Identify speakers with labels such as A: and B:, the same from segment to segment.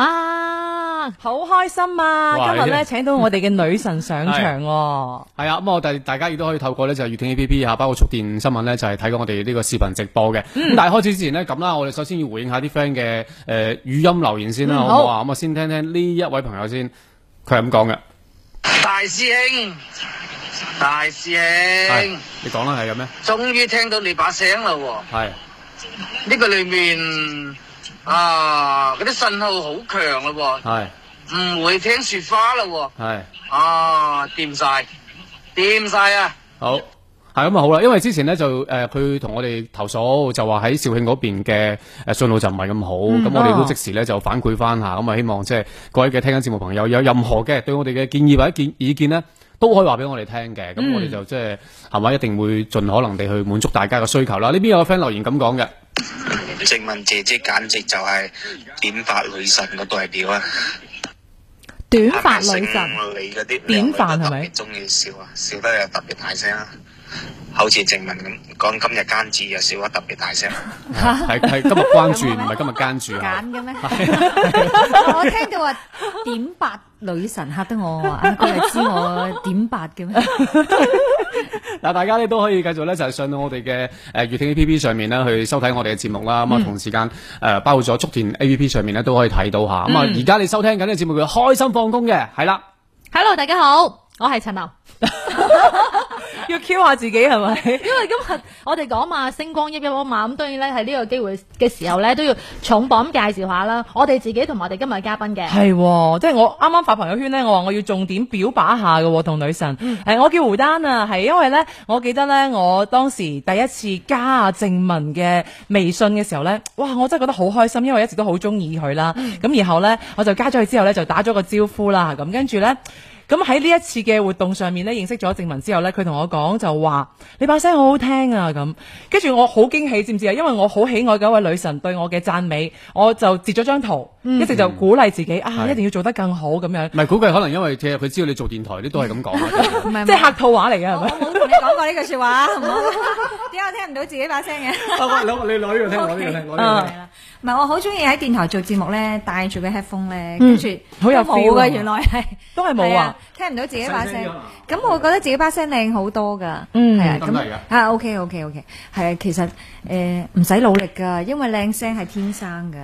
A: 哇，好開心啊！
B: 哇
A: 今日
B: 呢
A: 咧請到我哋嘅女神上場喎，
B: 系啊，咁我哋大家亦都可以透過咧就係粵聽 A P P 啊，包括觸電新聞咧，就係睇過我哋呢個視頻直播嘅。咁、但係開始之前呢，咁啦，我哋首先要回應下啲 friend 嘅诶语音留言先啦，
A: 嗯
B: 好唔好啊？咁我先聽聽呢一位朋友先，佢係咁講嘅，
C: 大師兄，大師
B: 係
C: 兄，
B: 你講啦，係咁咩？
C: 終於聽到你把聲啦喎！
B: 係
C: 呢、個裏面啊，嗰啲信號好強啦
B: 係
C: 喎，唔會聽雪花啦喎，
B: 係。
C: 啊，掂晒，掂晒啊！
B: 好，系咁啊好啦，因為之前咧就诶佢同我哋投訴，就話喺肇慶嗰邊嘅诶信號就唔係咁好，咁、我哋
A: 哦
B: 都即時咧就反饋翻下，咁啊希望即係各位嘅聽緊節目朋友有任何嘅對我哋嘅建議或者建意見咧。都可以話俾我哋聽嘅，咁我哋就即係係咪一定會盡可能地去滿足大家嘅需求啦。呢邊有個 friend 留言咁講嘅，
D: 靜文姐姐簡直就係短髮女神嘅代表啊！
A: 短髮女 神。
D: 你嗰啲
A: 典範係咪
D: 特別中意笑啊，笑得又特別大聲啊！好似靜文咁講今日間字又笑得特別大聲。啊
B: 係係今日關注，唔係今日間住嚇
E: 揀。嘅咩？
F: Ờ,
E: 我聽到話點八女神嚇得我啊！佢係知我點八嘅咩？
B: 嗱，大家咧都可以繼續咧，就係上到我哋嘅誒粵聽 A P P 上面咧去收睇我哋嘅節目啦。
A: 嗯
B: 咁啊、同時間誒、呃包括咗觸電 A P P 上面咧都可以睇到下。咁
A: 嗯
B: 啊、而家你收聽緊嘅節目叫開心放工嘅，係啦。
E: Hello，大家好，我係陳琳。
A: 要 Q 下自己係 咪？
E: 因為今日我哋講嘛星光熠熠啊嘛，咁當然咧喺呢個機會嘅時候咧，都要重磅咁介紹下啦。我哋自己同埋我哋今日嘅嘉賓嘅，
A: 係喎，即係我啱啱發朋友圈咧，我話我要重點表白一下嘅喎，同女神。誒、我叫胡丹啊，係因為咧，我記得咧，我當時第一次加阿正文嘅微信嘅時候咧，哇，我真係覺得好開心，因為一直都好中意佢啦。咁、然後咧，我就加咗佢之後咧，就打咗個招呼啦，咁跟住咧。咁喺呢一次嘅活動上面咧，認識咗正文之後咧，佢同我講就話：你把聲好好聽啊！咁，跟住我好驚喜，知唔知啊？因為我好喜愛嗰位女神對我嘅讚美，我就截咗張圖，一直就鼓勵自己啊，
B: 係
A: 一定要做得更好咁樣，
B: 唔係估計可能因為其實佢知道你做電台，你都係咁講嘅。
E: 唔係
A: 即係客套話嚟嘅，係
F: 我
A: 咪？
F: 冇同你講過呢句说話，好唔好？點解我聽唔到自己把聲嘅？
B: 你攞呢個聽，
F: 攞呢個聽
B: 攞
A: 呢個
F: 係啦，唔係我好中意喺電台做節目咧，戴住個 headphone 咧，跟住
A: 好有
F: 都冇
A: feel 啊
F: 嘅，原來係
A: 都係冇
F: 係
A: 啊
F: 啊，，聽唔到自己把
B: 細聲
F: 聲
B: 啲啊。
F: 咁我覺得自己把聲靚好多噶，
A: 嗯
F: 係啊，
B: 咁嚟㗎
F: 咁啊 à, OK OK OK，係啊，à, 其實誒唔使努力噶，因為靚聲係天生噶。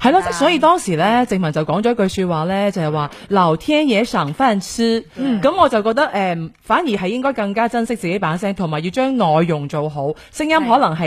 A: 係咯，
F: 係
A: 即係
F: 啊
A: 所以當時咧，正文就講咗一句説話咧，就係話留天野神飯吃。
F: 嗯
A: 咁我就覺得誒、嗯反而係應該更加珍惜自己把聲，同埋要將內容做好。聲音
F: 係
A: 可能係誒、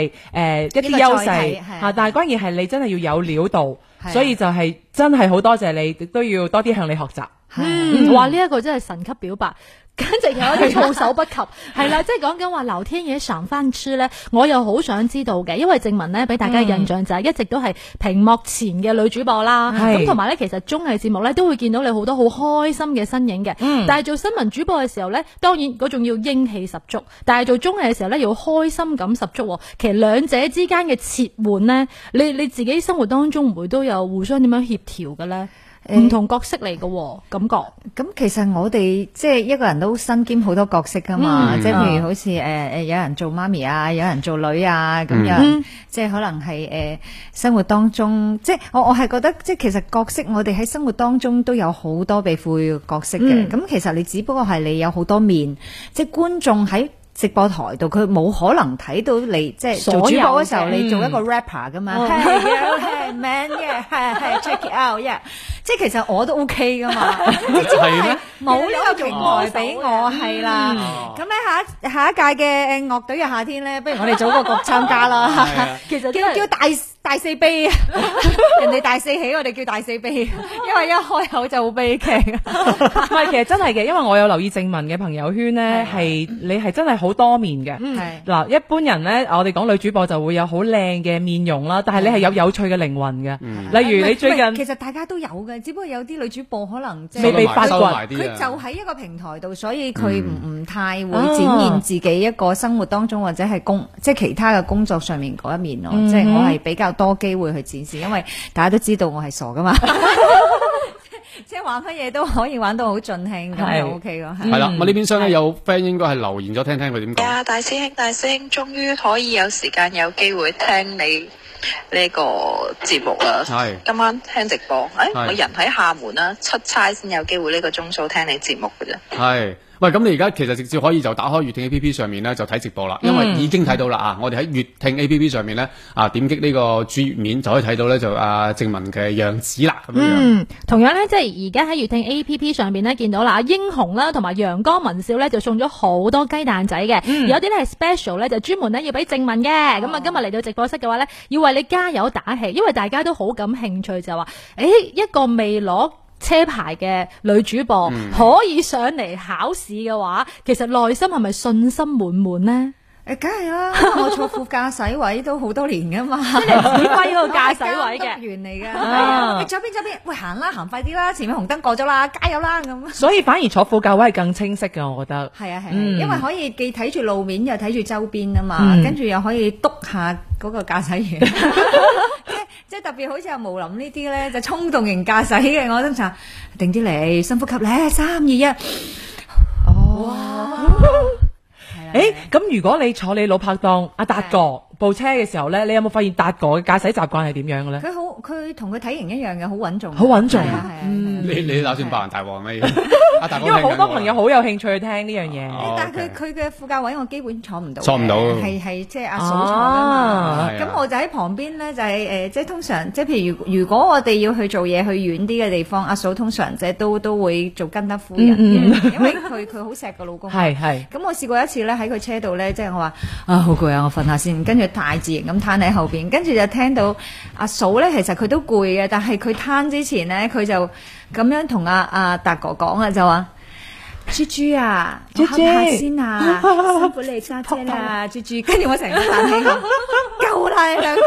A: 一
F: 呢
A: 啲
F: 個
A: 優
F: 載體
A: 勢
F: 係啊
A: 嚇，但係關鍵係你真係要有料到，
F: 係啊
A: 所以就係真係好多謝你，亦都要多啲向你學 習。
E: 嗯，話呢一個真係神級表白。簡直有一啲措手不及，係啦，即係講緊話劉天野常翻書呢，我又好想知道嘅，因為正文呢，俾大家嘅印象就係一直都係屏幕前嘅女主播啦，
A: 係
E: 咁同埋呢，其實綜藝節目呢，都會見到你好多好開心嘅身影嘅，但係做新聞主播嘅時候呢，當然嗰種要英氣十足，但係做綜藝嘅時候呢，要開心感十足喎，其實兩者之間嘅切換呢，你你自己生活當中唔會都有互相點樣協調嘅呢？唔同角色嚟嘅喎，感覺。
F: 咁其實我哋即係一個人都身兼好多角色噶嘛，
B: 嗯
F: 即係譬如好似誒誒有人做媽咪啊，有人做女啊咁樣，
E: 嗯
F: 即係可能係誒、呃生活當中，即係我我係覺得即係其實角色我哋喺生活當中都有好多被賦予嘅角色
E: 嗯
F: 嘅，咁、其實你只不過係你有好多面，即係觀眾喺。直播台度佢冇可能睇到你，即係做主
E: 所有
F: 播嘅時候，
E: 嘅嗯
F: 你做一個 rapper 噶嘛，
E: 哦
F: 係 girl，係 man，yeah，係係 check it out，yeah，即係其實我都 OK 噶 嘛，
B: 係咩？
F: 冇呢個平台俾我係啦。
A: 哦
F: 咁咧下一下一屆嘅呃樂隊嘅夏天咧，不如我哋組個局參 加啦。
B: 係啊
E: 其實真
F: 叫
E: 係
F: 叫大大四悲， 人哋大四喜，我哋叫大 四悲，因為一開口就好悲劇。
A: 唔係，其實真係嘅，因為我有留意正文嘅朋友圈咧，係你係真係好多面嘅。
F: 係
A: 嗱，一般人咧，我哋講女主播就會有好靚嘅面容啦，但係
B: 嗯
A: 你係有有趣嘅靈魂嘅。例如你最
F: 喂
A: 近
F: 其實大家都有嘅，只不過有啲女主播可能即
A: 未被
F: 係
A: 發掘
B: 收埋啲
F: 佢
B: 啊
F: 就喺一個平台度，所以佢唔唔太會展現自己一個生活當中或者係工即係其他嘅工作上面嗰一面咯。即係我係比較多機會去展示，因為大家都知道我係傻噶嘛，即係玩乜嘢都可以玩到好盡興，咁
A: 係
F: 就 OK 咯。係
B: 係啦，咁啊呢邊廂咧有 friend 應該係留
G: 啊
B: 言咗，聽聽佢點講。
G: 呀，大師兄，大師兄，終於可以有時間有機會聽你呢個節目啊
B: 係。
G: 今晚聽直播，
B: 係
G: 誒、我人喺廈門啦，出差先有機會呢個鐘數聽你節目嘅啫。
B: 系。喂，咁你而家其實直接可以就打開粵聽 A P P 上面咧就睇直播啦，因為
A: 嗯
B: 已經睇到啦啊！我哋喺粵聽 A P P 上面咧啊，點擊呢個主頁面就可以睇到咧就啊正文嘅樣子啦咁樣樣。
E: 嗯，同樣咧，即係而家喺粵聽 A P P 上邊咧，見到啦，阿英雄啦，同埋陽光文少咧，就送咗好多雞蛋仔嘅，
B: 嗯
E: 有啲咧係 special 咧，就專門咧要俾正文嘅。咁
B: 哦
E: 啊，今日嚟到直播室嘅話咧，要為你加油打氣，因為大家都好感興趣就話，誒一個未攞。車牌嘅女主播、
B: 嗯
E: 可以上嚟考試嘅話，其實內心係咪信心滿 滿呢？
F: 誒，梗係啦，我坐副駕駛位都好多年噶嘛，
E: 即係指揮嗰個駕駛 位 嘅，
F: 員嚟
A: 啊
F: 噶，你左邊左邊，喂行啦，行快啲啦，前面紅燈過咗啦，加油啦咁。
A: 所以反而坐副教位係更清晰嘅，我覺得。
F: 係啊係啊，
A: 嗯
F: 因為可以既睇住路面又睇住周邊啊嘛
A: 嗯，
F: 跟住又可以督下嗰個駕駛 員。即即係特別好似阿毛林呢啲咧，就衝動型駕駛嘅，我通常定啲嚟，深呼吸咧，三二一。哦，
B: 啊
A: 诶，咁如果你坐你老拍檔阿達哥部車嘅時候咧，你有冇發現達哥嘅駕駛習慣係點樣嘅咧？
F: 佢好，佢同佢體型一樣嘅，好穩重嘅，
A: 好穩重
F: 係啊
A: 啊
F: 係啊係啊
B: 你你打算白人大王 咩？阿大哥
A: 因為好
B: 聽緊
A: 多
B: 我啊
A: 朋友 好有興趣去聽呢樣嘢。
B: 哦
F: 但係
B: OK
F: 佢佢嘅副駕位我基本坐唔到嘅，
B: 坐唔到
F: 係係即係阿嫂坐啊
A: 啊
F: 嘛。
B: 係啊
F: 咁我就喺旁邊咧，就係誒，即係通常即係譬如如果我哋要去做嘢去遠啲嘅地方，阿嫂通常即係都都會做跟得夫人
A: 嗯
F: 嘅，因為佢佢好錫個老公。
A: 係係，
F: 咁我試過一次咧，喺佢車度咧，即係我話啊好攰啊，我瞓下先，跟住大自然咁攤喺後邊，跟住就聽到阿嫂咧，其實佢都攰嘅，但係佢攤之前咧，佢就咁樣同阿阿達哥講啊，就話。豬豬啊，我
A: 豬豬
F: 瞌下先啊，辛苦你揸車啦，豬豬。跟住我成個彈起我，夠啦你兩個。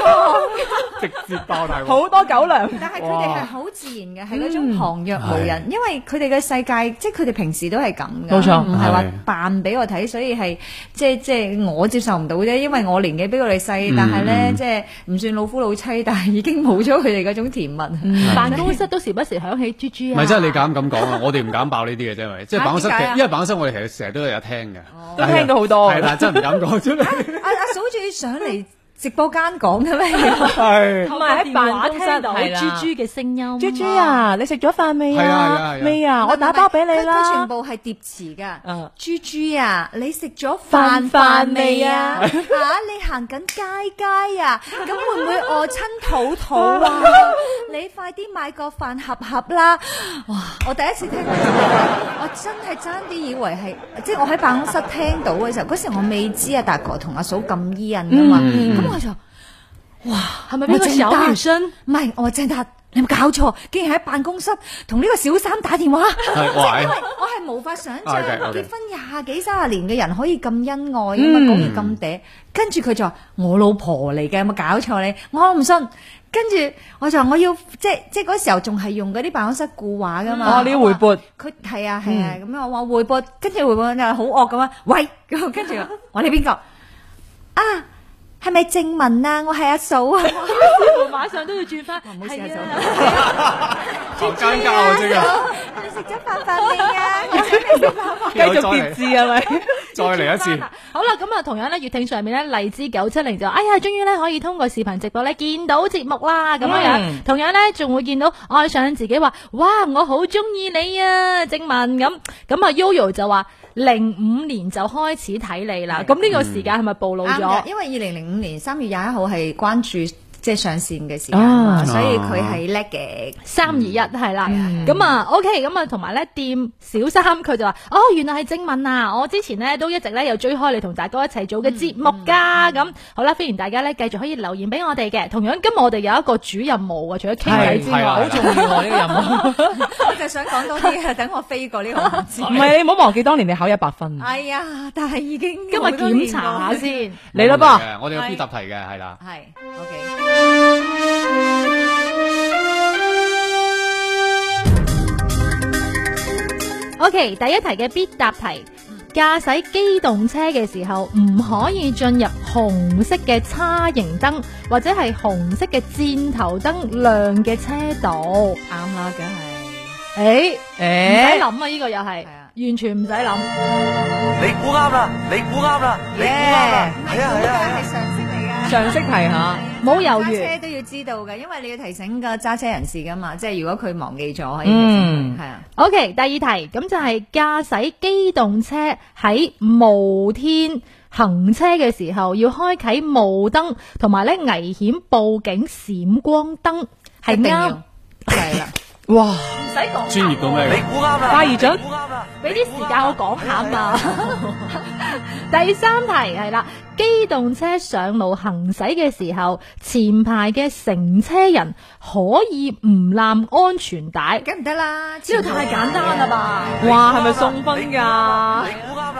B: 直接爆大王。
A: 好多狗糧。
F: 但係佢哋係好自然嘅，係嗰種
B: 嗯
F: 旁若無人，因為佢哋嘅世界，即係佢哋平時都係咁嘅，
A: 冇錯
F: 唔係話
B: 係
F: 扮俾我睇，所以係即係即係我接受唔到啫，因為我年紀比佢哋細，但係咧
B: 嗯
F: 即係唔算老夫老妻，但係已經冇咗佢哋嗰種甜蜜。
B: 嗯
E: 辦公室都時不時響起豬豬
B: 唔
E: 啊！
B: 係，即係你敢咁講啊！我哋唔敢爆呢啲嘅，真係，即係辦公室
F: 啊點解
B: 嘅，
F: 啊
B: 因為辦公室我哋其實成日都有聽嘅，
A: 哦都聽到好多
B: 係啦，真係唔敢講出 嚟。
F: 阿阿嫂仲要上嚟直播間講嘅咩？
B: 係
E: 啊
A: 唔係喺辦公室
E: 聽到
A: 係啦
E: 豬豬嘅聲音啊，
A: 豬豬啊，你食咗飯未
B: 係啊係啊
A: 啊？
B: 係啊
A: 未啊，我打包俾你
F: 佢佢
A: 啦
F: 全。部係疊詞
A: 嗯
F: 噶。豬豬啊，你食咗
A: 飯飯
F: 飯飯
A: 未
F: 未
A: 啊
F: 啊？嚇，你行緊街 街啊？咁會唔會餓親肚肚啊？你快啲買個飯盒盒啦！哇！我第一次聽到呢個，我真係爭啲以為係，即係我喺辦公室聽到嘅時候，嗰時我未知啊，達哥同阿嫂咁依人噶
A: 嗯
F: 嘛，咁我就。
E: 係咪邊個小 女 生？
F: 唔係，我話鄭達，你有冇搞錯？竟然喺辦公室同呢個小三打電話，
B: 係
F: 即係因為
B: 喂
F: 我係無法想象
B: OK，OK
F: 結婚廿幾三十年嘅人可以咁恩愛啊嘛，講嘢咁嗲。跟住佢就話我老婆嚟嘅，有冇搞錯你？我唔信。跟住我就話我要即係即係嗰時候仲係用嗰啲辦公室固話噶嘛。
A: 哦，你要回 撥。
F: 佢係啊係啊，咁、樣我話回撥，跟住回撥又好惡咁啊，喂，咁跟住我 我你邊個啊？係咪正文啊？我係阿嫂啊！
E: 馬上都要轉翻，唔
F: 好試下
E: 係
F: 做
E: 啊。
B: 好尷尬啊！真
H: à?
B: 係，
F: 你食咗飯飯未啊？我請你食飯飯。
A: 繼續疊字啊係咪？
B: 再嚟一次。
E: 好啦，咁啊，同樣咧，月聽上面咧，荔枝九七零就，哎呀，終於咧可以通過視頻直播咧見到節目啦，咁樣樣。
A: 嗯
E: 同樣咧，仲會見到愛上自己話，哇，我好中意你啊，正文咁。咁啊，Yoyo 就話零五年就開始睇你啦，咁呢個時間係咪暴露
F: 啱
E: 咗
F: 嘅，？因為二零零五年三月廿一號係關注即係上線嘅時間啊
A: 啊
F: 嘛，所以佢係叻嘅。
E: 三二一
B: 嗯
E: 係啦，咁啊 OK，咁啊同埋咧店小三佢就話：哦，原來係正文啊！我之前咧都一直咧有追開你同大哥一齊
B: 嗯
E: 做嘅節目㗎。咁好啦，歡迎大家咧繼續可以留言俾我哋嘅。同樣今日我哋有一個主任務啊，除咗傾偈之
B: 係啦
E: 外，
A: 好重要喎呢個任務。
F: 我就想講多啲啊，等我飛過呢個環節。
A: 唔係你唔好忘記，當年你考一百分，
F: 哎呀，但係已經
E: 今日檢查下先。
A: 嚟啦噃。
B: 噃，我哋有 B 答題嘅，係啦。
F: 係 OK。
E: OK，第一題嘅必答題。駕駛機動車嘅時候唔可以進入紅色嘅叉形燈或者係紅色嘅箭頭燈亮嘅車道。
F: 啱啦，梗係
E: 诶、唔
A: 诶
E: 使諗啊！呢、個又係，
F: 係啊
E: 完全唔使諗。
H: 你估啱啦，你估啱啦，你估啱啦，
F: 唔
H: 係啊係啊係啊
F: 係常識嚟㗎。
A: 常識題下，
E: 冇猶
F: 揸
E: 豫。
F: 車都要知道嘅，因為你要提醒個揸車人士噶嘛，即係如果佢忘記咗，可以提
A: 嗯
F: 醒佢係啊，
E: O、k 第二題咁就係駕駛機動車喺無天行車嘅時候，要開啟霧燈，同埋咧危險報警閃光燈係
F: 一定要
E: 啱，
F: 係啦。
A: 哇！
E: 唔使講
B: 專業到咩㗎？
A: 快而準，
E: 俾啲時間我講下嘛。
F: 啊
E: 第三題係啦，機動車上路行駛嘅時候，前排嘅乘車人可以唔攬安全帶，
F: 梗唔得啦，呢
E: 呢個太簡單
F: 啊
E: 啦吧？
A: 哇，係咪送分㗎？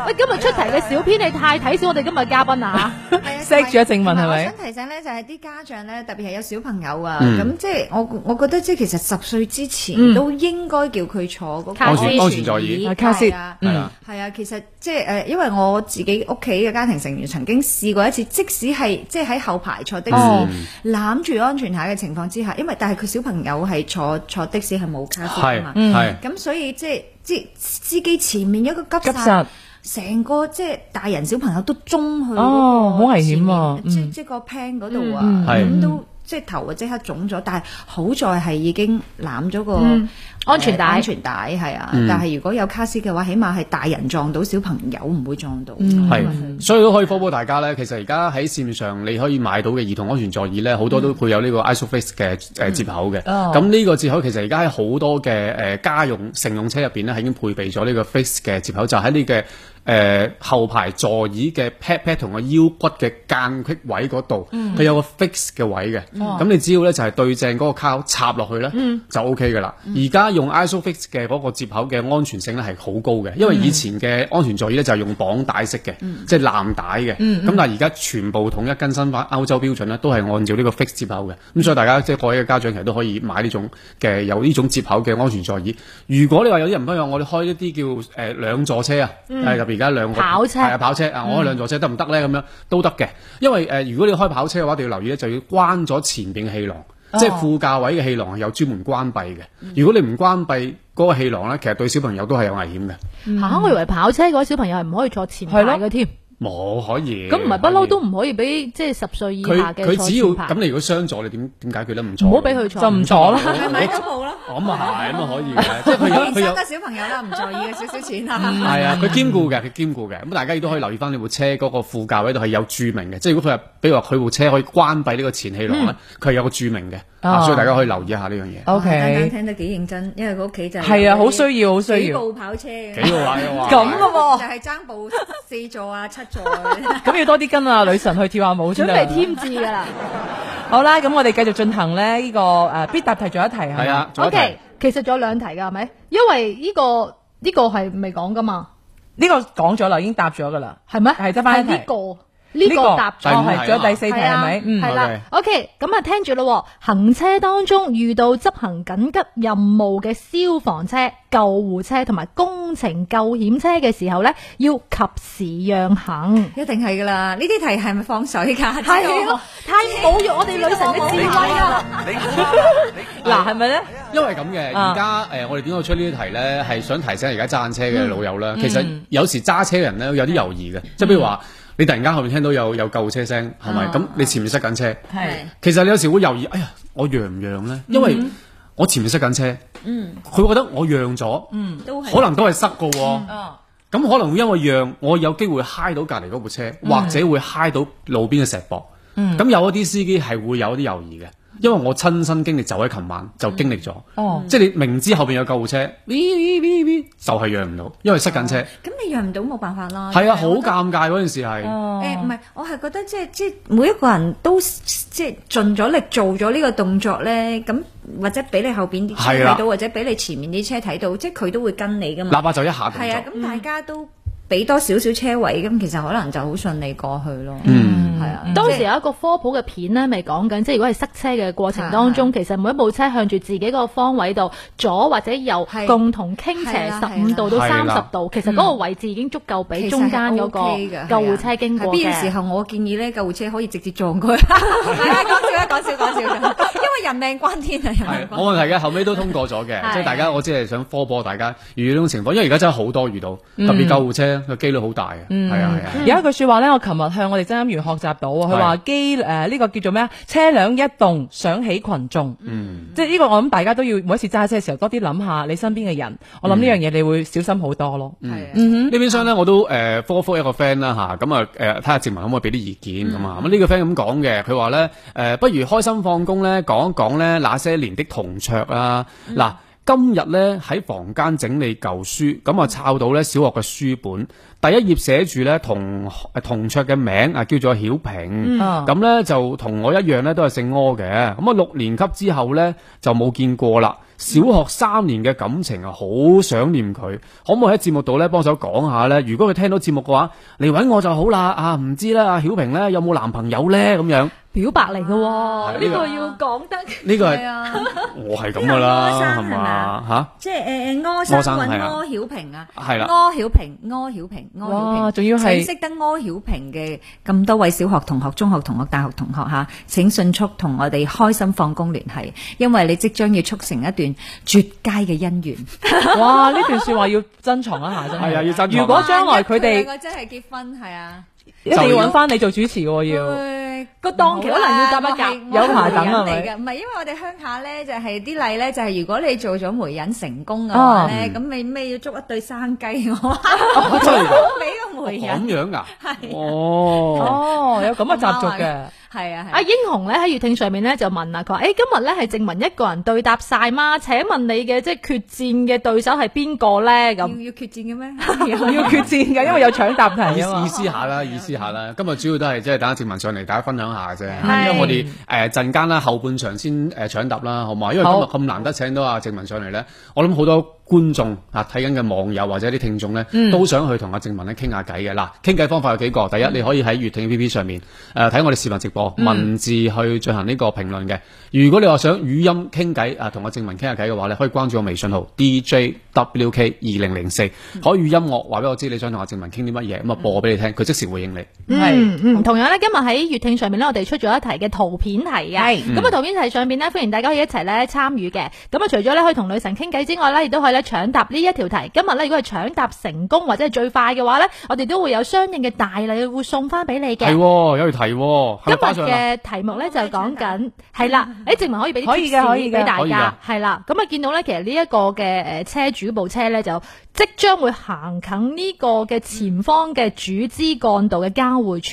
E: 喂，今日出題嘅小編，你太睇小我哋今日嘉賓啊啦嚇
A: 錫住阿正文係咪
F: 啊我想提醒咧，就係啲家長咧，特別係有小朋友啊，
B: 嗯
F: 咁即係我我覺得即係其實十歲之
E: 嗯
F: 前都應該叫佢坐嗰個
E: 卡
B: 安全安全座椅
A: 啊卡先
F: 係啊，
B: 係啦，
F: 係啊，其實即係誒，因為我自己屋企嘅家庭成員曾經試過一次，即使係即係喺後排坐的
A: 哦
F: 士攬住安全帶嘅情況之下，因為但係佢小朋友係坐坐的士係冇卡先
B: 係
F: 啊嘛，
B: 係
F: 咁所以即係即係司機前面一個急
A: 嗯急
F: 剎
A: 剎，
F: 成個即係大人小朋友都中去嗰個
A: 哦好危險啊
F: 前面即
A: 嗯
F: 即個 pan 嗰度啊，
A: 嗯
B: 嗯係
F: 咁都即係頭啊即刻腫咗，但係好在係已經攬咗個
E: 嗯安全帶
F: 呃安全帶係啊
B: 嗯，
F: 但係如果有卡斯嘅話，起碼係大人撞到小朋友唔會撞到，
A: 嗯
F: 嗯
B: 係，所以都可以科普大家咧。其實而家喺市面上你可以買到嘅兒童安全座椅咧，好多都配有呢個 ISOFIX 嘅誒接口嘅。
A: 哦
B: 咁呢個接口其實而家喺好多嘅誒家用乘用車入邊咧，係已經配備咗呢個 FIX 嘅接口，就喺呢嘅誒後排座椅嘅 pat pat 同個腰骨嘅間隙位嗰度，佢有個 FIX 嘅位嘅。咁你只要咧就係對正嗰個卡插落去咧，就 OK 噶啦。而家用 ISOFIX 嘅嗰個接口嘅安全性咧係好高嘅，因為
E: 嗯
B: 以前嘅安全座椅咧就係用綁帶式嘅，即係藍帶嘅。
E: 嗯
B: 咁但係而家全部統一更新翻歐洲標準咧，都係按照呢個 fix 接口嘅。咁
E: 嗯
B: 所以大家即係各位嘅家長其實都可以買呢種嘅有呢種接口嘅安全座椅。如果你話有啲人唔開，我哋開一啲叫誒兩座車啊，誒入邊而家兩個
E: 嗯跑車
B: 係啊跑車
E: 嗯
B: 啊，我開兩座車得唔得咧？咁樣都得嘅，因為呃誒如果你開跑車嘅話，你要留意咧就要關咗前邊嘅氣囊。
E: 哦
B: 即係副駕位嘅氣囊係有專門關閉嘅，
E: 嗯
B: 如果你唔關閉嗰個氣囊咧，其實對小朋友都係有危險嘅。
E: 嗯嚇我以為跑車嗰啲小朋友係唔可以坐前排
A: 係
E: 嘅
A: 咯
E: 添，
B: 冇可以，
E: 咁唔係不嬲都唔可以俾即係十歲以
B: 佢
E: 下嘅
B: 佢
E: 坐
B: 只要
E: 前排
B: 咁，，你如果相助，你點點解決咧？唔坐，
E: 唔好俾佢坐，
A: 就唔坐啦。
F: 係咪都冇咯？
B: 我咁啊係，咁啊可以 嘅，即係佢有佢
F: 年
B: 有
F: 生。得小朋友啦，唔在意嘅少少錢
A: 嗯
F: 啦。
B: 係啊，佢兼顧嘅，佢兼顧嘅。咁大家亦都可以留意翻你部車嗰個副駕位度係有註明嘅，即係如果佢係，比如話佢部車可以關閉呢個前氣囊咧，佢係有個註明嘅，啊
A: 嗯哦
B: 所以大家可以留意一下呢樣嘢。
A: O
F: 單單
A: K，
F: 聽得幾認真，因為佢屋企就
A: 係啊，好需要，好需
F: 幾
A: 要。
F: 部跑車嘅。
B: 幾好啊玩嘅話，
A: 咁啊咯
F: 就係爭部四座啊、七座啊。
A: 咁要多啲跟啊，女神去跳下舞先
E: 準
A: 得
E: 備
A: 啦。
E: 添置 㗎啦。
A: 好啦，咁我哋繼續進行咧呢個誒必答題，仲有一題係咪
B: 係啊，仲
E: O
B: 有一題
E: K，其實仲有兩題㗎係咪？因為呢個呢個係未講㗎嘛。
A: 呢個講咗啦，已經答咗噶啦。
E: 係咩？
A: 係得返一題哦
E: 係呢個呢個答
B: 第五
E: 咗
B: 題
A: 係，仲有第四題係咪？嗯
E: 係，啊啦
B: OK。
E: OK，咁啊，聽住咯喎。行車當中遇到執行緊急任務嘅消防車、救護車同埋工程救險車嘅時候呢，要及時讓行。
F: 一定係噶啦，呢啲題係咪放水噶？
E: 係咯，太侮辱我哋女神嘅智慧啦！
A: 嗱係咪咧？
B: 因為咁嘅，
A: 啊
B: 而家誒我哋點解會出呢啲題咧？係想提醒而家揸緊車嘅老
A: 嗯
B: 友啦。其實有時揸車嘅人咧有啲猶豫嘅，即係譬如話你突然間後面聽到有有救護車聲，係
A: 哦
B: 咪？咁你前面塞緊車，
A: 係
B: 其實你有時會猶豫，哎呀，我讓唔讓咧？因為我前面塞緊車，佢覺得我讓咗，
F: 都係
B: 可能都係塞嘅喎。
A: 啊，
B: 咁可能會因為讓我有機會嗨到隔離嗰部車，或者會嗨到路邊嘅石壆。咁、有一啲司機係會有一啲猶豫嘅，因為我親身經歷就喺琴晚就經歷咗。
A: 哦
B: 即係你明知後邊有救護車，咿咿咿咿就係讓唔到，因為塞緊車。
F: 咁你讓唔到冇辦法啦。
B: 係啊，好尷尬嗰陣時係。
F: 誒唔係，我係覺得即係即係每一個人都即係盡咗力做咗呢個動作咧，咁或者俾你後邊啲車
B: 係啦
F: 睇到，或者俾你前面啲車睇到，即係佢都會跟你噶嘛。
B: 喇叭就一下動
F: 係啊，
B: 咗。
F: 咁大家都俾多少少車位，咁其實可能就好順利過去咯。
B: 嗯，
F: 係啊，
E: 當時有一個科普嘅片咧，咪講緊，即係如果係塞車嘅過程當
F: 啊
E: 中，其實每一部車向住自己個方位度左或者右
F: 係
E: 共同傾
F: 係
E: 斜
F: 啦
E: 十五度到
B: 係
E: 三十
B: 啦
E: 度，其實嗰個位置已經足夠俾中間嗰個救護車經過
F: 喺啊必要時
E: 嘅。
F: 候，我建議咧，救護車可以直接撞佢。 係啊，講笑啦，講笑講笑，因為人命關天啊，人
B: 係
F: 命關
B: 冇問題嘅，後尾都嗯通過咗嘅。即係大家，我只係想科普大家遇到呢種情況，因為而家真係好多遇到，特別救護車咧，個機率好大嘅，係啊係啊。
A: 有一句说話咧，我琴日向我哋真音員學習到啊，佢話機诶呢個叫做咩啊？車輛一動，想起群眾。嗯，即係呢個我諗大家都要每一次揸車嘅時候多啲諗下你身邊嘅人，我諗
B: 嗯
A: 呢樣嘢你會小心好多咯。
B: 呢邊箱咧，我都誒科科一個 friend 啦吓，咁啊誒睇下志文可唔可以俾啲意見咁啊？咁呢個 friend 咁講嘅，佢話咧誒，不如開心放工咧講一講咧那些年的同桌啊，嗱。今日咧喺房間整理舊書，咁啊抄到咧小學嘅書本，第一頁寫住咧同誒同桌嘅名啊叫做曉平，
A: 啊
B: 咁咧就同我一樣咧都係姓柯嘅，咁啊六年級之後咧就冇見過啦。小學三年嘅感情啊，好想念佢，可唔可以喺節目度咧幫手講下咧？如果佢聽到節目嘅話，嚟揾我就好啦。啊，唔知咧，阿曉平咧有冇男朋友咧？咁樣
E: 表白嚟嘅
B: 呢
E: 喎，
B: 個
E: 呢個要講得。
B: 呢個
F: 係
B: 係
F: 啊，
B: 我係咁噶啦，
F: 呢個柯
B: 係
F: 生係咪啊
B: 嘛吓？
F: 即係誒誒，柯生
B: 柯生
F: 揾
B: 係啊
F: 柯曉平啊，
B: 係啦
F: 柯曉平，柯曉平，柯曉平
A: 哇，，仲要
F: 請
A: 係
F: 識得柯曉平嘅咁多位小學同學、中學同學、大學同學嚇，請迅速同我哋開心放工聯繫，因為你即將要促成一段絕佳嘅姻緣。
A: 哇！呢段说話要珍藏一下真
B: 係啊要
A: 係。
B: 珍藏
A: 如果將來佢
F: 萬一兩
A: 哋
F: 個真係結婚係啊，
A: 一定要揾翻你做主持喎，要
F: 會
E: 個檔期可能要搭一夾
F: 唔好啦
A: 有排等啊
F: 我係媒人嚟嘅，唔係因為我哋鄉下咧就係啲例咧就係如果你做咗媒人成功嘅話咧，咁你咩要捉一對生雞我
B: 啊真係㗎
F: 俾個媒
B: 咁
F: 人
B: 樣噶，哦，
A: 哦，有咁嘅習俗嘅。
F: 係啊係
E: 阿
F: 啊。
E: 英雄咧喺月聽上面咧就問啊啦，佢話：，诶、今日咧係靜文一個人對答晒嗎？請問你嘅即係決戰嘅對手係邊個咧？
F: 要
E: 咁
F: 要決戰嘅咩？
A: 要決戰嘅，因為有搶答題
B: 意
A: 啊
B: 思意
A: 嘛。
B: 思下啦，意思下啦。今日主要都係即係等阿靜文上嚟，大家分享下啫。
E: 係
B: 因為我哋誒
E: 嗯
B: 陣間啦，後半場先誒搶答啦，好啊嘛？因為今日
A: 好
B: 咁難得請到阿靜文上嚟咧，我諗好多觀眾啊睇緊嘅網友或者啲聽眾咧，
E: 嗯
B: 都想去同阿靜文咧傾下偈嘅。嗱，傾偈方法有幾個？第
E: 嗯
B: 一，你可以喺粵聽 A P P 上面誒睇我哋視頻直播，文字去進行呢個評論嘅。如果你話想語音傾偈啊，同阿靜文傾下偈嘅話咧，可以關注我微信號 D J W K 二零零四，
E: 嗯
B: 可以語音我話俾我知你想同阿靜文傾啲乜嘢，咁啊播俾你聽，佢即時回應你。
A: 係
E: 嗯嗯，同樣咧，今日喺月聽上面咧，我哋出咗一題嘅圖片題嘅。
A: 係
E: 咁啊，圖片題上面咧，歡迎大家可以一齊咧參與嘅。咁啊，除咗咧可以同女神傾偈之外咧，亦都可以咧搶答呢一條題。今日咧，如果係搶答成功或者係最快嘅話咧，我哋都會有相應嘅大禮會送翻俾你
B: 係
E: 嘅。
B: 喎，有條題喎，係
E: 今
B: 咪
E: 日
B: 擺上啊啦？
E: 嘅題目咧就講緊係啦，誒證明可以俾啲
A: 嗯可以嘅
E: tips
A: 可以嘅
E: 俾大
B: 可以㗎
E: 家係啦。咁啊見到咧，其實呢一個嘅誒車主部車咧就即將會行近呢個嘅前方嘅主支幹道嘅交匯處，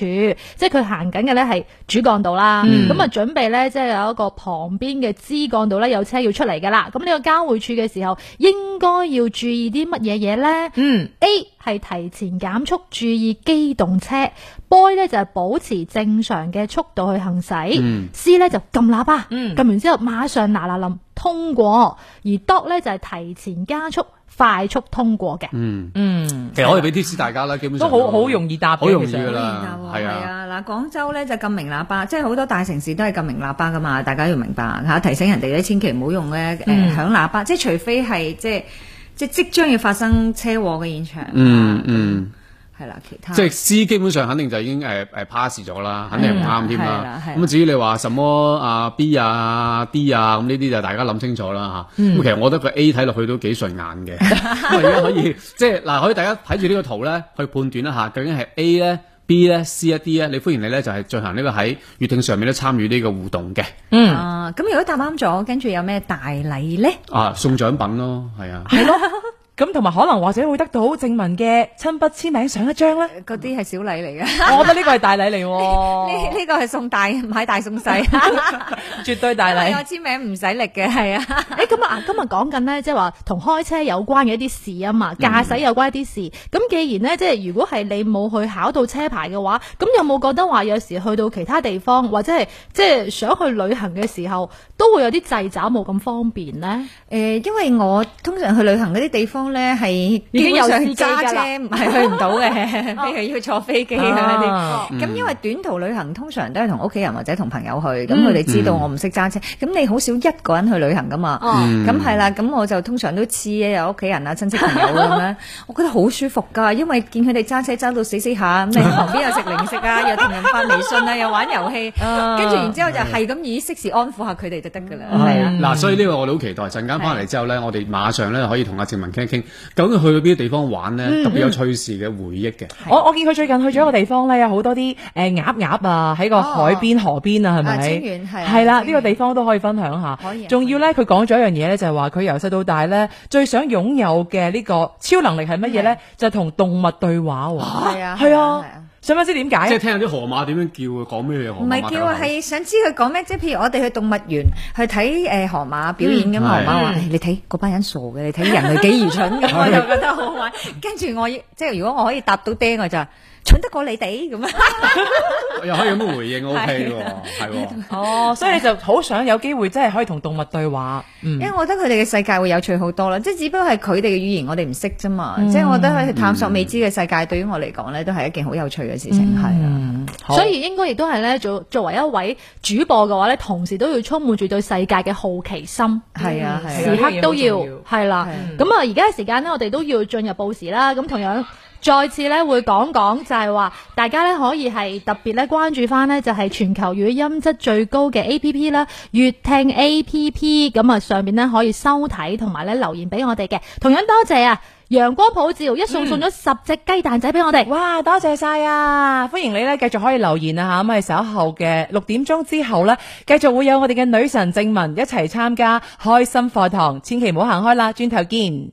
E: 即係佢行緊嘅咧係主幹道啦。
B: 嗯
E: 咁啊準備咧即係有一個旁邊嘅支幹道咧有車要出嚟㗎啦。咁呢個交匯處嘅時候應該要注意啲乜嘢嘢咧？
A: 嗯，
E: A 係提前減速，注意機動車；boy 咧就係保持正常嘅速度去行駛。
B: 嗯
E: C 咧就撳喇叭，撳、
A: 嗯
E: 完之後馬上嗱嗱冧通過。而 dog 咧就係提前加速，快速通過嘅。
B: 嗯，
A: 嗯，
B: 其實可以俾 tips 大家啦，基本
A: 都
B: 上
A: 好好容易答嘅，
B: 好容易
A: 其實
B: 㗎啦
F: 好明白，喎
B: 係
F: 係
B: 啊。
F: 啊，嗱，廣州咧就禁鳴喇叭，即係好多大城市都係禁鳴喇叭噶嘛，大家要明白嚇，提醒人哋咧，千祈唔好用咧誒響喇叭，即係除非係即係即即將要發生車禍嘅現場，
B: 嗯嗯，
F: 係啦，其他
B: 即係 C 基本上肯定就已經誒誒 pass 咗啦，肯定唔啱添
F: 係
B: 啦
F: 啦。係啦
B: 咁啊至於你話什麼啊 B 啊 D 啊咁呢啲就大家諗清楚啦嚇。咁其實我覺得個 A 睇落去都幾順眼嘅，咁而家可以即係嗱，可以大家睇住呢個圖咧去判斷一下，究竟係 A 咧。B 咧，C 一 D 咧，你歡迎你咧就係進行呢個喺月聽上面咧參與呢個互動嘅，
A: 嗯，
F: 啊，咁如果答啱咗，跟住有咩大禮咧？
B: 啊送獎品咯，係啊，
A: 咁同埋可能或者會得到正文嘅親筆簽名上一張 咧，
F: 嗰啲係小禮嚟嘅，
A: 我覺得呢個係大禮嚟
F: 呢
A: 喎，
F: 呢個係送大買大送 細，
A: 絕對大
F: 係我
A: 禮。
F: 簽名唔使力嘅，係啊。
E: 誒咁啊，今日講緊咧，即係話同開車有關嘅一啲事啊
B: 嗯
E: 嘛，駕駛有關一啲事。咁、既然咧，即係如果係你冇去考到車牌嘅話，咁有冇覺得話有時去到其他地方或者係即係想去旅行嘅時候，都會有啲掣肘冇咁方便咧？
F: 誒、因為我通常去旅行嗰啲地方咧，係
E: 已經有
F: 基本上
E: 司機㗎
F: 揸
E: 啦
F: 車唔係去唔到 嘅，譬如要坐飛機啊
E: 哦
F: 嗰啲。
A: 啊
F: 咁因為短途旅行通常都係同屋企人或者同朋友去，咁佢哋知道我唔識揸車，咁你好少一個人去旅行噶嘛。
E: 哦，
B: 嗯
F: 啊咁係啦，咁我就通常都黐嘅，有屋企人啊、親戚朋友咁樣，我覺得好舒服㗎，因為見佢哋揸車揸到死死下，咁你旁邊又食零食啊，又同人發微信啊，又玩遊戲，
A: 啊
F: 跟住然之後就係咁以適時安
B: 嗯
F: 撫下佢哋就得㗎啦，係啊。
B: 係嗱，所以呢個我哋好期待，陣間翻嚟之後咧，我哋馬上咧可以同阿靜文傾一傾傾，究竟去到邊啲地方玩
F: 嗯
B: 咧，特別有趣事嘅回憶嘅。
F: 啊
A: 我我見佢最近去咗一個地方咧，有好多啲誒鴨鴨啊，喺個海邊、河邊啊，係咪？
F: 哦啊清遠係
A: 係啦，
F: 清
A: 呢
F: 遠
A: 個地方都可以分享下
F: 可以啊。
A: 仲要咧，佢講咗一樣嘢咧，就係話佢由細到大咧，最想擁有嘅呢個超能力係乜嘢咧？就係同動物對話喎。
F: 係啊
A: 係
F: 係啊
A: 啊
F: 係啊，
A: 想唔想知點
B: 即係
A: 解？
B: 聽下啲河馬點樣叫，講咩嘢河
F: 唔
B: 馬
F: 係叫啊，係想知佢講咩？即係譬如我哋去動物園去睇誒河馬表演咁，
B: 嗯
F: 河馬話：
A: 係
F: 唉你睇嗰班人傻嘅，你睇人類幾愚蠢咁，我就覺得好玩。跟住我要即係如果我可以答到爹，我就話蠢得過你哋咁啊！
B: 又可以咁樣回應，O K
F: 係啊
B: 喎，係喎。
A: 哦，所以你就好想有機會真係可以同動物對話。嗯
F: 因為我覺得佢哋嘅世界會有趣好多啦，即係只不過係佢哋嘅語言我哋唔識啫嘛。
A: 嗯
F: 即係我覺得去探索未知嘅世界，對於我嚟講咧，都係一件好有趣嘅事情，係啊。
A: 嗯，好
E: 所以應該亦都係咧，作作為一位主播嘅話咧，同時都要充滿住對世界嘅好奇心，嗯
F: 係啊，係啊
E: 時刻都要
A: 呢樣嘢好
E: 係啦
F: 係。
E: 咁啊，而家嘅時間咧，我哋都要進入報時啦。咁同樣。再次咧會講講就係話，大家咧可以係特別咧關注翻呢，就係全球語音質最高嘅 A P P 啦，粵聽 A P P 咁啊上面咧可以收睇同埋咧留言俾我哋嘅。同樣多謝啊，陽光普照一送送咗十隻雞蛋仔俾我哋。
A: 哇，多謝晒啊！歡迎你咧，繼續可以留言啊吓，咁係稍後嘅六點鐘之後呢，繼續會有我哋嘅女神正文一齊參加開心課堂，千祈唔好行開啦，轉頭見。